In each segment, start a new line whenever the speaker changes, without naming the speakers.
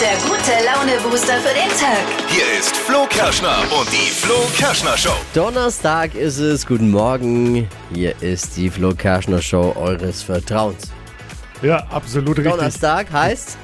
der gute Laune-Booster für den Tag.
Hier ist Flo Kerschner und die Flo Kerschner Show.
Donnerstag ist es. Guten Morgen. Hier ist die Flo Kerschner Show eures Vertrauens.
Ja, absolut richtig.
Donnerstag heißt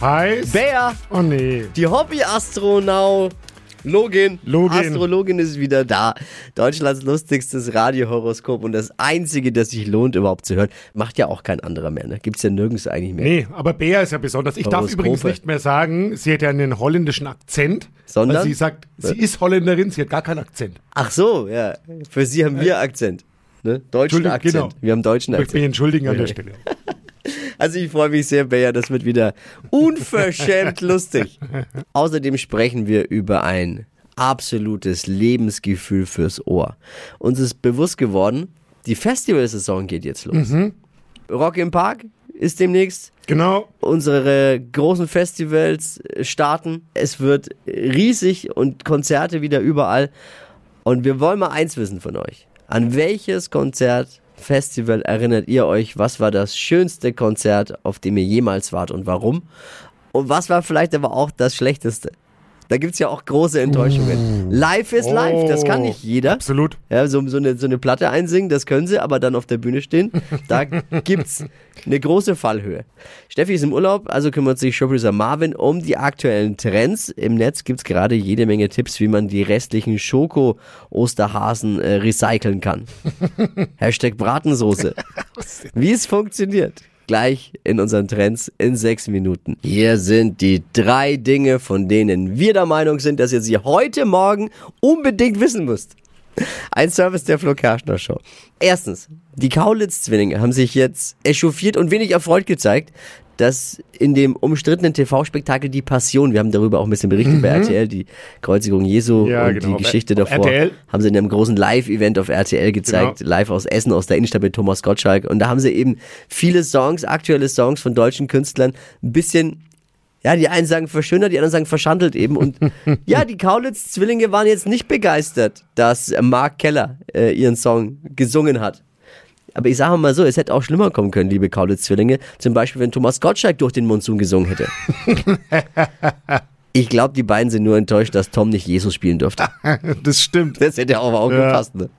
Heiß.
Bär,
oh nee.
die Hobby-Astronau-Login.
Login.
Astrologin ist wieder da. Deutschlands lustigstes Radiohoroskop und das einzige, das sich lohnt, überhaupt zu hören. Macht ja auch kein anderer mehr, ne? Gibt's ja nirgends eigentlich mehr.
Nee, aber Bea ist ja besonders. Ich darf
Horoskope.
übrigens nicht mehr sagen, sie hat ja einen holländischen Akzent.
Sondern?
Weil sie sagt, sie ist Holländerin, sie hat gar keinen Akzent.
Ach so, ja. Für sie haben wir Akzent. Ne? Deutschen
Entschuldigung,
Akzent.
genau.
Wir haben deutschen
Ich möchte mich
Akzent.
entschuldigen an der Stelle.
Also ich freue mich sehr, Bea, das wird wieder unverschämt lustig. Außerdem sprechen wir über ein absolutes Lebensgefühl fürs Ohr. Uns ist bewusst geworden, die Festivalsaison geht jetzt los. Rock im Park ist demnächst
Genau.
unsere großen Festivals äh, starten. Es wird riesig und Konzerte wieder überall. Und wir wollen mal eins wissen von euch. An welches Konzert, Festival erinnert ihr euch? Was war das schönste Konzert, auf dem ihr jemals wart und warum? Und was war vielleicht aber auch das schlechteste? Da gibt's ja auch große Enttäuschungen. Live ist live, das kann nicht jeder.
Absolut.
Ja, so, so, eine, so eine Platte einsingen, das können sie, aber dann auf der Bühne stehen, da gibt's eine große Fallhöhe. Steffi ist im Urlaub, also kümmert sich Showproducer Marvin um die aktuellen Trends. Im Netz gibt's gerade jede Menge Tipps, wie man die restlichen Schoko-Osterhasen äh, recyceln kann. Hashtag Bratensoße. Wie es funktioniert, gleich in unseren Trends in sechs Minuten. Hier sind die drei Dinge, von denen wir der Meinung sind, dass ihr sie heute Morgen unbedingt wissen müsst. Ein Service der Flo Kerschner Show. Erstens, die Kaulitz-Zwillinge haben sich jetzt echauffiert und wenig erfreut gezeigt, dass in dem umstrittenen TV-Spektakel Die Passion, wir haben darüber auch ein bisschen berichtet bei RTL, die Kreuzigung Jesu
Mhm. Ja,
und
genau.
die Geschichte
Auf
davor,
RTL.
haben sie in einem großen Live-Event auf RTL gezeigt,
Genau.
live aus Essen, aus der Innenstadt mit Thomas Gottschalk. Und da haben sie eben viele Songs, aktuelle Songs von deutschen Künstlern, ein bisschen ja, die einen sagen verschönert, die anderen sagen verschandelt eben. Und ja, die Kaulitz-Zwillinge waren jetzt nicht begeistert, dass Mark Keller äh, ihren Song gesungen hat. Aber ich sage mal so, es hätte auch schlimmer kommen können, liebe Kaulitz-Zwillinge. Zum Beispiel, wenn Thomas Gottschalk durch den Monsun gesungen hätte. Ich glaube, die beiden sind nur enttäuscht, dass Tom nicht Jesus spielen durfte.
Das stimmt.
Das hätte aber auch
Ja.
gepasst. Ne?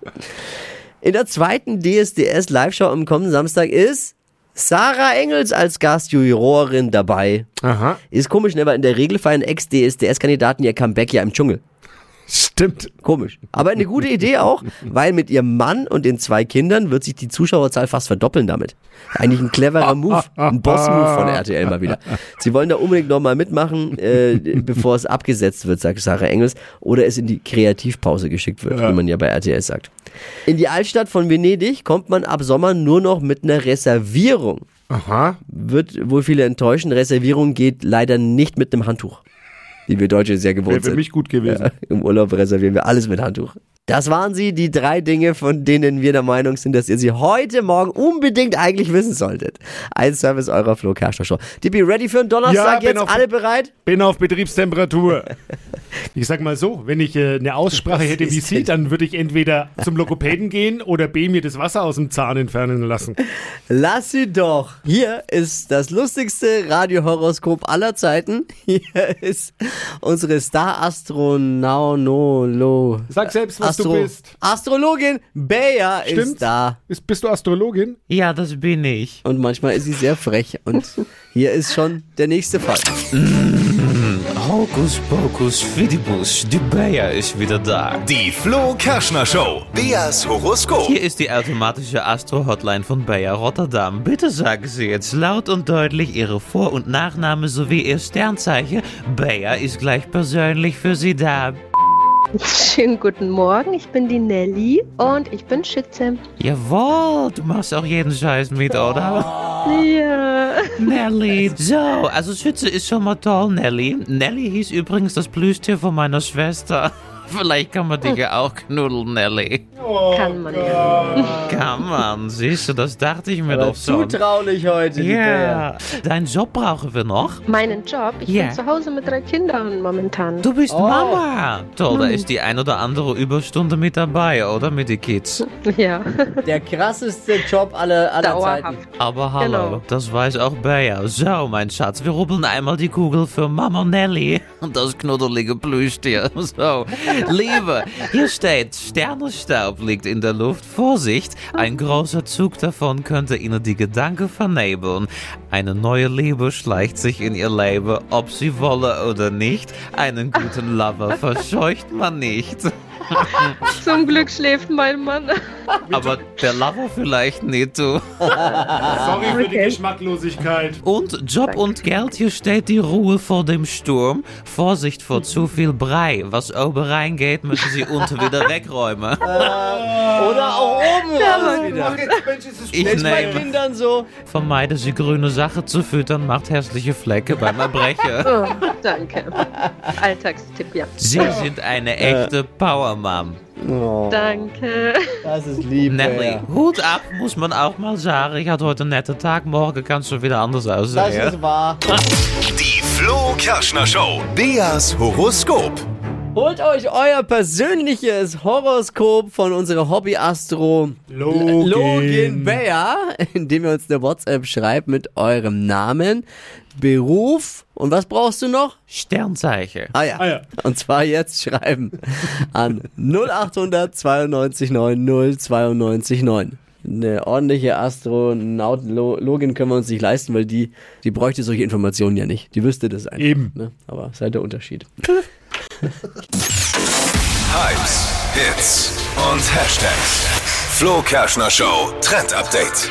In der zweiten DSDS-Live-Show am kommenden Samstag ist Sarah Engels als Gastjurorin dabei.
Aha.
Ist komisch, ne? Weil in der Regel feiern Ex-DSDS-Kandidaten ihr Comeback ja im Dschungel.
Stimmt.
Komisch. Aber eine gute Idee auch, weil mit ihrem Mann und den zwei Kindern wird sich die Zuschauerzahl fast verdoppeln damit. Eigentlich ein cleverer Move, ein Boss-Move von RTL mal wieder. Sie wollen da unbedingt nochmal mitmachen, äh, bevor es abgesetzt wird, sagt Sarah Engels, oder es in die Kreativpause geschickt wird, wie man ja bei RTL sagt. In die Altstadt von Venedig kommt man ab Sommer nur noch mit einer Reservierung.
Aha.
Wird wohl viele enttäuschen. Reservierung geht leider nicht mit einem Handtuch. Wie wir Deutsche sehr
Wäre
gewohnt
für
sind.
mich gut gewesen.
Ja, Im Urlaub reservieren wir alles mit Handtuch. Das waren sie, die drei Dinge, von denen wir der Meinung sind, dass ihr sie heute Morgen unbedingt eigentlich wissen solltet. Ein Service eurer Flo Kerschner Show. Dippy, ready für einen
Ja,
Donnerstag
bin
jetzt?
auf-
Alle bereit?
Bin auf Betriebstemperatur. Ich sag mal so, wenn ich äh, eine Aussprache hätte wie
ist
sie, dann würde ich entweder zum Logopäden gehen oder B mir das Wasser aus dem Zahn entfernen lassen.
Lass sie doch. Hier ist das lustigste Radiohoroskop aller Zeiten. Hier ist unsere Star-Astronaunolog.
Sag selbst, was du bist.
Astrologin Bea ist da.
Ist, bist du Astrologin?
Ja, das bin ich.
Und manchmal ist sie sehr frech. Und hier ist schon der nächste Fall.
Hokus pokus fidibus, die Bayer ist wieder da.
Die Flo Kerschner Show. Beas Horoskop.
Hier ist die automatische Astro-Hotline von Bayer Rotterdam. Bitte sagen Sie jetzt laut und deutlich Ihre Vor- und Nachname sowie Ihr Sternzeichen. Bayer ist gleich persönlich für Sie da.
Schönen guten Morgen, ich bin die Nelly und ich bin Schütze.
Jawohl, du machst auch jeden Scheiß mit, oder?
Ja.
Nelly. So, also Schütze ist schon mal toll, Nelly. Nelly hieß übrigens das Plüschtier von meiner Schwester. Vielleicht kann man dich ja auch knuddeln, Nelly.
Kann man ja.
Kann man, siehst du, das dachte ich mir doch schon.
Zutraulich heute, die Bea.
Ja, deinen Job brauchen wir noch.
Meinen Job. Ich
Ja.
bin zu Hause mit drei Kindern momentan.
Du bist Mama. Toll, da ist die ein oder andere Überstunde mit dabei, oder mit den Kids.
Ja.
Der krasseste Job aller, aller Zeiten.
Dauerhaft.
Aber hallo,
Genau.
das weiß auch Bayer. So, mein Schatz, wir rubbeln einmal die Kugel für Mama Nelly und das knuddelige Plüschtier. So, Liebe, hier steht, Sternenstaub liegt in der Luft. Vorsicht, ein großer Zug davon könnte Ihnen die Gedanken vernebeln. Eine neue Liebe schleicht sich in Ihr Leben, ob Sie wolle oder nicht. Einen guten Lover verscheucht man nicht.
Zum Glück schläft mein Mann.
Aber der Lover vielleicht nicht, du.
Ah.
Sorry für die
Okay.
Geschmacklosigkeit.
Und Job und Geld, hier steht die Ruhe vor dem Sturm. Vorsicht vor zu viel Brei. Was oben reingeht, müssen Sie unten wieder wegräumen.
Oder auch oben raus wieder.
jetzt, Mensch, ist es
Ich
Jetzt bei
nehme,
Kindern so.
vermeide Sie grüne Sache zu füttern, macht hässliche Flecke beim Erbrechen.
Oh, danke. Alltagstipp, ja.
Sie sind eine echte Powermom. Oh.
Danke.
Das ist lieb.
Nelly,
Bea.
Hut ab, muss man auch mal sagen. Ich hatte heute einen netten Tag, morgen kann es schon wieder anders
Das
aussehen.
ist wahr.
Die Flo Kerschner Show. Beas Horoskop.
Holt euch euer persönliches Horoskop von unserer Hobby-Astro
Logan.
Logan Bayer, indem ihr uns eine WhatsApp schreibt mit eurem Namen, Beruf und was brauchst du noch?
Sternzeichen.
Ah ja.
Ah ja.
Und zwar jetzt schreiben an 0800 92 90 92 9. Eine ordentliche Astronautenlogin können wir uns nicht leisten, weil die, die bräuchte solche Informationen ja nicht. Die wüsste das eigentlich.
Eben.
Ne? Aber ist halt der Unterschied.
Hypes, Hits und Hashtags. Flo Kerschner Show Trend Update.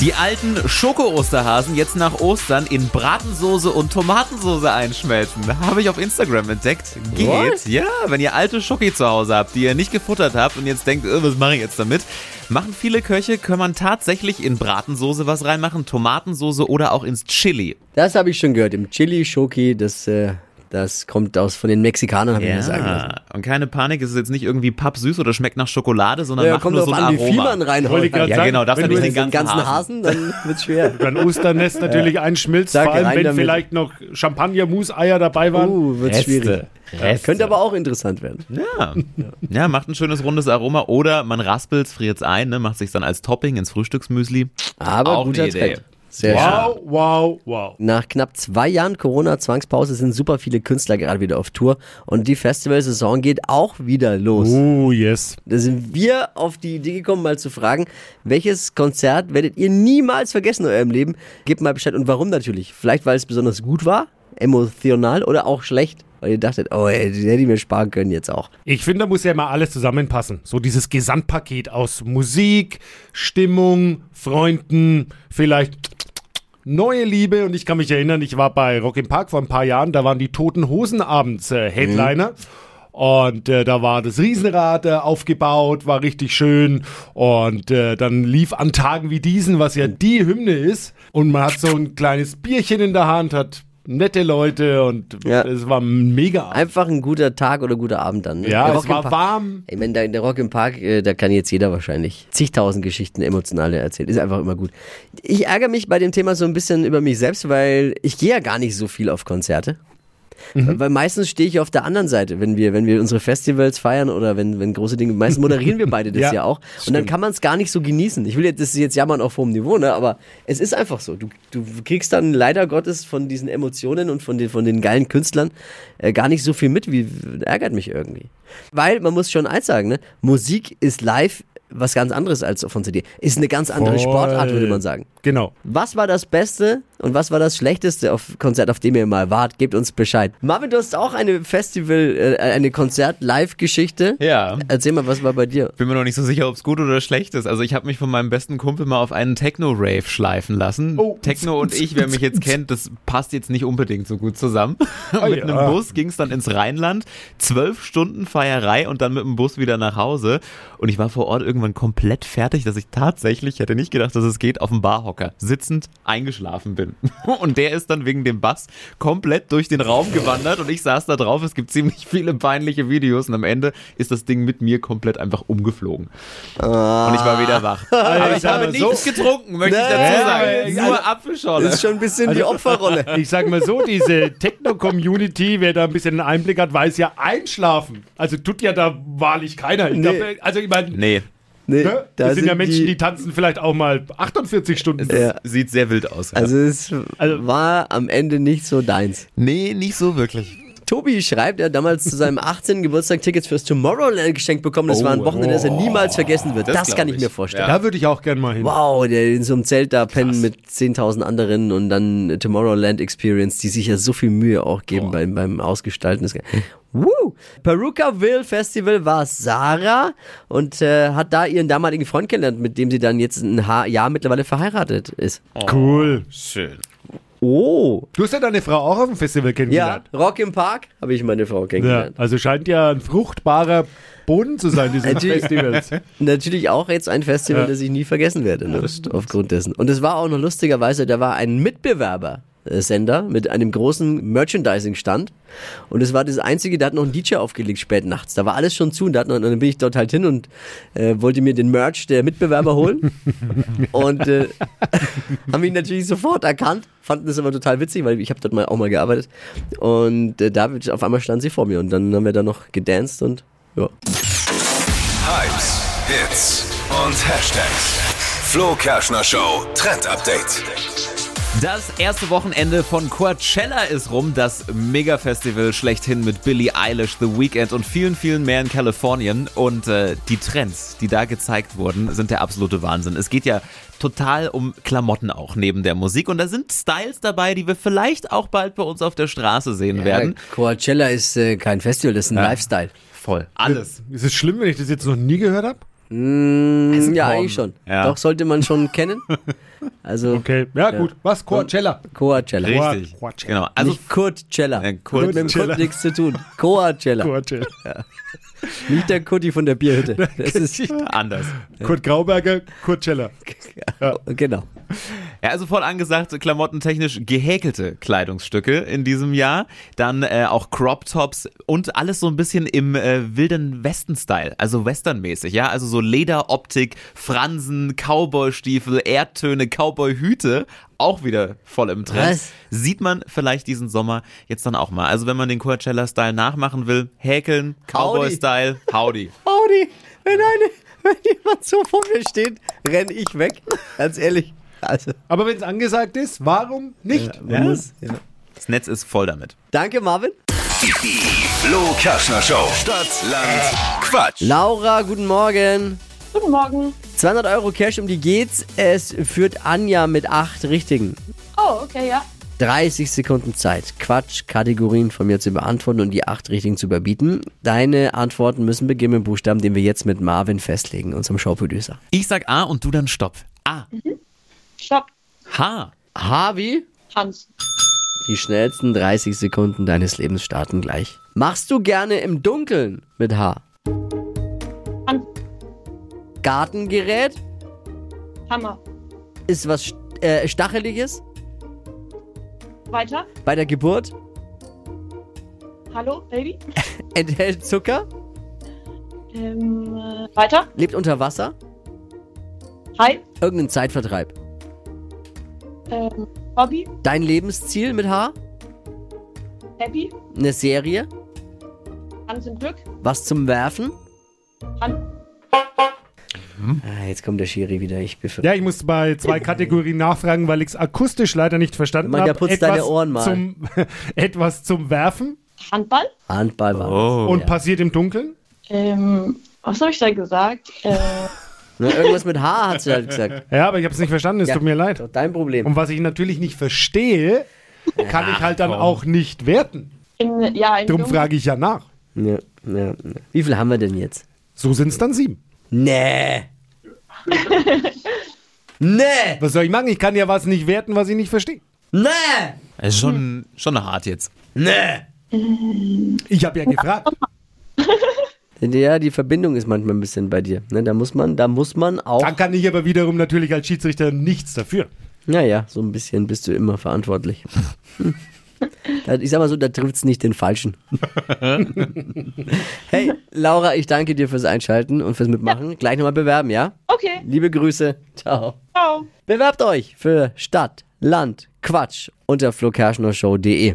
Die alten Schoko-Osterhasen jetzt nach Ostern in Bratensoße und Tomatensoße einschmelzen. Habe ich auf Instagram entdeckt. Geht.
What?
Ja, wenn ihr alte Schoki zu Hause habt, die ihr nicht gefuttert habt und jetzt denkt, äh, was mache ich jetzt damit? Machen viele Köche, kann man tatsächlich in Bratensoße was reinmachen, Tomatensoße oder auch ins Chili.
Das habe ich schon gehört. Im Chili Schoki, das, äh, das kommt aus von den Mexikanern, habe ich mir sagen lassen.
Und keine Panik, es ist jetzt nicht irgendwie pappsüß oder schmeckt nach Schokolade, sondern
Ja,
macht
kommt
nur
drauf
so ein
an, wie
Aroma.
viel man reinholt.
Wollte ich gerade
Ja,
sagen,
genau, darf ja
wenn
nicht
du
den ganzen, Hasen.
Hasen, dann wird's schwer.
Wenn Osternest natürlich einschmilzt,
Sag
vor allem
rein
wenn
damit.
vielleicht noch Champagner, Mousse, Eier dabei waren.
Uh, wird's schwierig.
Reste.
Könnte aber auch interessant werden.
Ja. ja, macht ein schönes rundes Aroma oder man raspelt, friert's ein, ne, macht sich dann als Topping ins Frühstücksmüsli.
Aber
Auch
guter
eine Idee.
Trend. Sehr schön.
Wow, wow, wow.
Nach knapp zwei Jahren Corona-Zwangspause sind super viele Künstler gerade wieder auf Tour und die Festivalsaison geht auch wieder los.
Oh, yes.
Da sind wir auf die Idee gekommen, mal zu fragen, welches Konzert werdet ihr niemals vergessen in eurem Leben? Gebt mal Bescheid und warum natürlich. Vielleicht, weil es besonders gut war, emotional oder auch schlecht, weil ihr dachtet, oh, ey, die hätte ich mir sparen können jetzt auch.
Ich finde, da muss ja immer alles zusammenpassen. So dieses Gesamtpaket aus Musik, Stimmung, Freunden, vielleicht neue Liebe. Und ich kann mich erinnern, ich war bei Rock im Park vor ein paar Jahren, da waren die Toten Hosen abends äh, Headliner. Und äh, da war das Riesenrad äh, aufgebaut, war richtig schön. Und äh, dann lief an Tagen wie diesen, was ja die Hymne ist. Und man hat so ein kleines Bierchen in der Hand, hat nette Leute und
Ja.
es war mega.
Einfach ein guter Tag oder guter Abend dann. ne? Der
Ja,
Rock
es
im
war
Park-
warm.
Ich meine, der, der Rock im Park, äh, da kann jetzt jeder wahrscheinlich zigtausend Geschichten emotionale erzählen. Ist einfach immer gut. Ich ärgere mich bei dem Thema so ein bisschen über mich selbst, weil ich gehe ja gar nicht so viel auf Konzerte. Weil- Weil meistens stehe ich auf der anderen Seite, wenn wir, wenn wir unsere Festivals feiern oder wenn, wenn große Dinge, meistens moderieren wir beide das ja,
Ja,
auch. Und dann kann man es gar nicht so genießen. Ich will jetzt, das ist jetzt jammern auf hohem Niveau, ne? aber es ist einfach so. Du, du kriegst dann leider Gottes von diesen Emotionen und von den, von den geilen Künstlern äh, gar nicht so viel mit, wie ärgert mich irgendwie. Weil man muss schon eins sagen, ne? Musik ist live was ganz anderes als von CD. Ist eine ganz andere
Voll.
Sportart, würde man sagen.
Genau.
Was war das Beste und was war das Schlechteste auf Konzert, auf dem ihr mal wart? Gebt uns Bescheid. Marvin, du hast auch eine Festival, äh, eine Konzert-Live-Geschichte.
Ja.
Erzähl mal, was war bei dir?
bin mir noch nicht so sicher, ob es gut oder schlecht ist. Also ich habe mich von meinem besten Kumpel mal auf einen Techno-Rave schleifen lassen.
Oh.
Techno und ich, wer mich jetzt kennt, das passt jetzt nicht unbedingt so gut zusammen. mit einem
ah.
ja.
Bus ging es dann ins Rheinland, zwölf Stunden Feierei und dann mit dem Bus wieder nach Hause. Und ich war vor Ort irgendwann komplett fertig, dass ich tatsächlich, ich hätte nicht gedacht, dass es geht, auf dem Barhocker sitzend eingeschlafen bin. Film. Und der ist dann wegen dem Bass komplett durch den Raum gewandert und ich saß da drauf. Es gibt ziemlich viele peinliche Videos und am Ende ist das Ding mit mir komplett einfach umgeflogen. Und ich war wieder wach. Aber ich
Alter,
habe nichts
so-
getrunken, möchte ich
Ah. Nee,
dazu
aber-
sagen.
also-
Nur Apfelschorle.
Das ist schon ein bisschen die Opferrolle.
Ich sag mal so, diese Techno-Community, wer da ein bisschen einen Einblick hat, weiß ja, einschlafen. Also tut ja da wahrlich keiner. Ich
Nee.
glaub, also ich meine,
Nee,
Nee,
ne?
da
das sind ja Menschen, die,
die
tanzen vielleicht auch mal 48 Stunden.
es
Ja.
sieht sehr wild aus. ja.
also es
Also-
war am Ende nicht so deins.
nee, nicht so wirklich.
Tobi schreibt, er hat damals zu seinem 18. Geburtstag Tickets fürs Tomorrowland geschenkt bekommen. Das
Oh,
war ein Wochenende, das er niemals vergessen wird. Das,
glaub
kann ich,
ich.
mir vorstellen.
Ja.
Da würde ich auch gern mal hin.
Wow, der in so einem Zelt da pennen mit 10.000 anderen und dann Tomorrowland Experience, die sich ja so viel Mühe auch geben beim, beim Ausgestalten. des Gan- Woo! Perukaville Festival war Sarah und äh, hat da ihren damaligen Freund kennengelernt, mit dem sie dann jetzt ein ha Jahr mittlerweile verheiratet ist.
Cool.
Schön.
Oh!
Du hast ja deine Frau auch auf dem Festival
Ja,
kennengelernt.
Rock im Park habe ich meine Frau kennengelernt.
Also scheint ja ein fruchtbarer Boden zu sein, dieses
Natürlich.
Festivals.
Natürlich auch jetzt ein Festival,
Ja.
das ich nie vergessen werde, ne? aufgrund dessen. Und es war auch noch lustigerweise, da war ein Mitbewerber. äh, Sender mit einem großen Merchandising-Stand und es war das einzige, da hat noch ein DJ aufgelegt spät nachts. Da war alles schon zu und, da hat noch, und dann bin ich dort halt hin und äh, wollte mir den Merch der Mitbewerber holen und äh, haben ihn natürlich sofort erkannt, fanden das aber total witzig, weil ich habe dort mal auch mal gearbeitet und äh, da auf einmal stand sie vor mir und dann haben wir da noch gedanced und ja.
Hypes, Hits und Hashtags. Flo Kerschner Show Trend Update.
Das erste Wochenende von Coachella ist rum, das Mega-Festival schlechthin mit Billie Eilish, The Weeknd und vielen, vielen mehr in Kalifornien. Und äh, die Trends, die da gezeigt wurden, sind der absolute Wahnsinn. Es geht ja total um Klamotten auch neben der Musik. Und da sind Styles dabei, die wir vielleicht auch bald bei uns auf der Straße sehen werden.
Ja, Coachella ist äh, kein Festival, das ist ein Lifestyle.
Voll. Alles.
Ist es schlimm, wenn ich das jetzt noch nie gehört habe?
Mm, ja, eigentlich schon.
Ja.
Doch sollte man schon kennen. Also
Okay. Ja, gut. Was? Coachella.
Coachella.
Richtig.
Richtig.
Coachella.
Genau. Also
nicht Coachella.
Ja,
Hat mit dem
Coachella.
Kurt nichts zu tun. Coachella.
Coachella.
Nicht der Kutti von der Bierhütte. Das ist,
anders.
Kurt Grauberger, Coachella.
genau.
Ja, also voll angesagt, klamottentechnisch gehäkelte Kleidungsstücke in diesem Jahr. Dann äh, auch Crop-Tops und alles so ein bisschen im äh, wilden Westen-Style, also Western-mäßig, ja. Also so Lederoptik, Fransen, Cowboy-Stiefel, Erdtöne, Cowboy-Hüte, auch wieder voll im Trend.
Was?
Sieht man vielleicht diesen Sommer jetzt dann auch mal. Also wenn man den Coachella-Style nachmachen will, häkeln, Cowboy-Style, howdy.
Audi, wenn, eine, wenn jemand so vor mir steht, renne ich weg. Ganz ehrlich. Also,
Aber wenn es angesagt ist, warum nicht?
man muss, ja.
Das Netz ist voll damit.
Danke, Marvin.
Die Flo Kerschner Show. Stadt, Land, Quatsch.
Laura, guten Morgen.
Guten Morgen.
200 Euro Cash, um die geht's. Es führt Anja mit acht Richtigen.
Oh, okay, ja.
30 Sekunden Zeit, Quatsch-Kategorien von mir zu beantworten und die acht richtigen zu überbieten. Deine Antworten müssen beginnen mit dem Buchstaben, den wir jetzt mit Marvin festlegen, unserem Showproducer.
Ich sag A und du dann Stopp. A.
Stopp.
H.
Harvey?
Hans.
Die schnellsten 30 Sekunden deines Lebens starten gleich. Machst du gerne im Dunkeln mit H?
Han.
Gartengerät?
Hammer.
Ist was äh, Stacheliges?
Weiter.
Bei der Geburt?
Hallo, Baby.
Enthält Zucker?
Ähm, äh, weiter.
Lebt unter Wasser?
Hi.
Irgendein Zeitvertreib?
Ähm, Hobby.
Dein Lebensziel mit H?
Happy.
Eine Serie?
Hans im Glück.
Was zum Werfen?
Han.
Ah, jetzt kommt der Schiri wieder. Ich befürchte.
Ja, ich muss bei zwei Kategorien nachfragen, weil ich es akustisch leider nicht verstanden
Mann,
habe.
der putzt deine Ohren mal.
Zum, etwas zum Werfen
Handball.
Handball war.
und
Oh Ja.
passiert im Dunkeln.
Ähm, was habe ich da gesagt? Äh,
Ne, irgendwas mit H hat sie halt gesagt.
Ja, aber ich habe es nicht verstanden, es
Ja.
tut mir leid.
Doch dein Problem.
Und was ich natürlich nicht verstehe, kann ich halt dann auch nicht werten.
in, ja, in
Darum frage ich ja nach.
Ja, ja, ja. Wie viel haben wir denn jetzt?
So sind es dann sieben.
Nee. nee.
Was soll ich machen? Ich kann ja was nicht werten, was ich nicht verstehe.
Nee.
Äh, Schon, schon hart jetzt.
Nee.
Ich habe ja gefragt.
Ja, die Verbindung ist manchmal ein bisschen bei dir. Ne, da muss man, da muss man auch.
Dann kann ich aber wiederum natürlich als Schiedsrichter nichts dafür.
Naja, so ein bisschen bist du immer verantwortlich. Da- Ich sag mal so, da trifft's nicht den Falschen. hey, Laura, ich danke dir fürs Einschalten und fürs Mitmachen. Gleich nochmal bewerben, ja?
Okay,
Liebe Grüße. Ciao.
ciao.
Bewerbt euch für Stadt, Land, Quatsch unter flokerschnershow.de.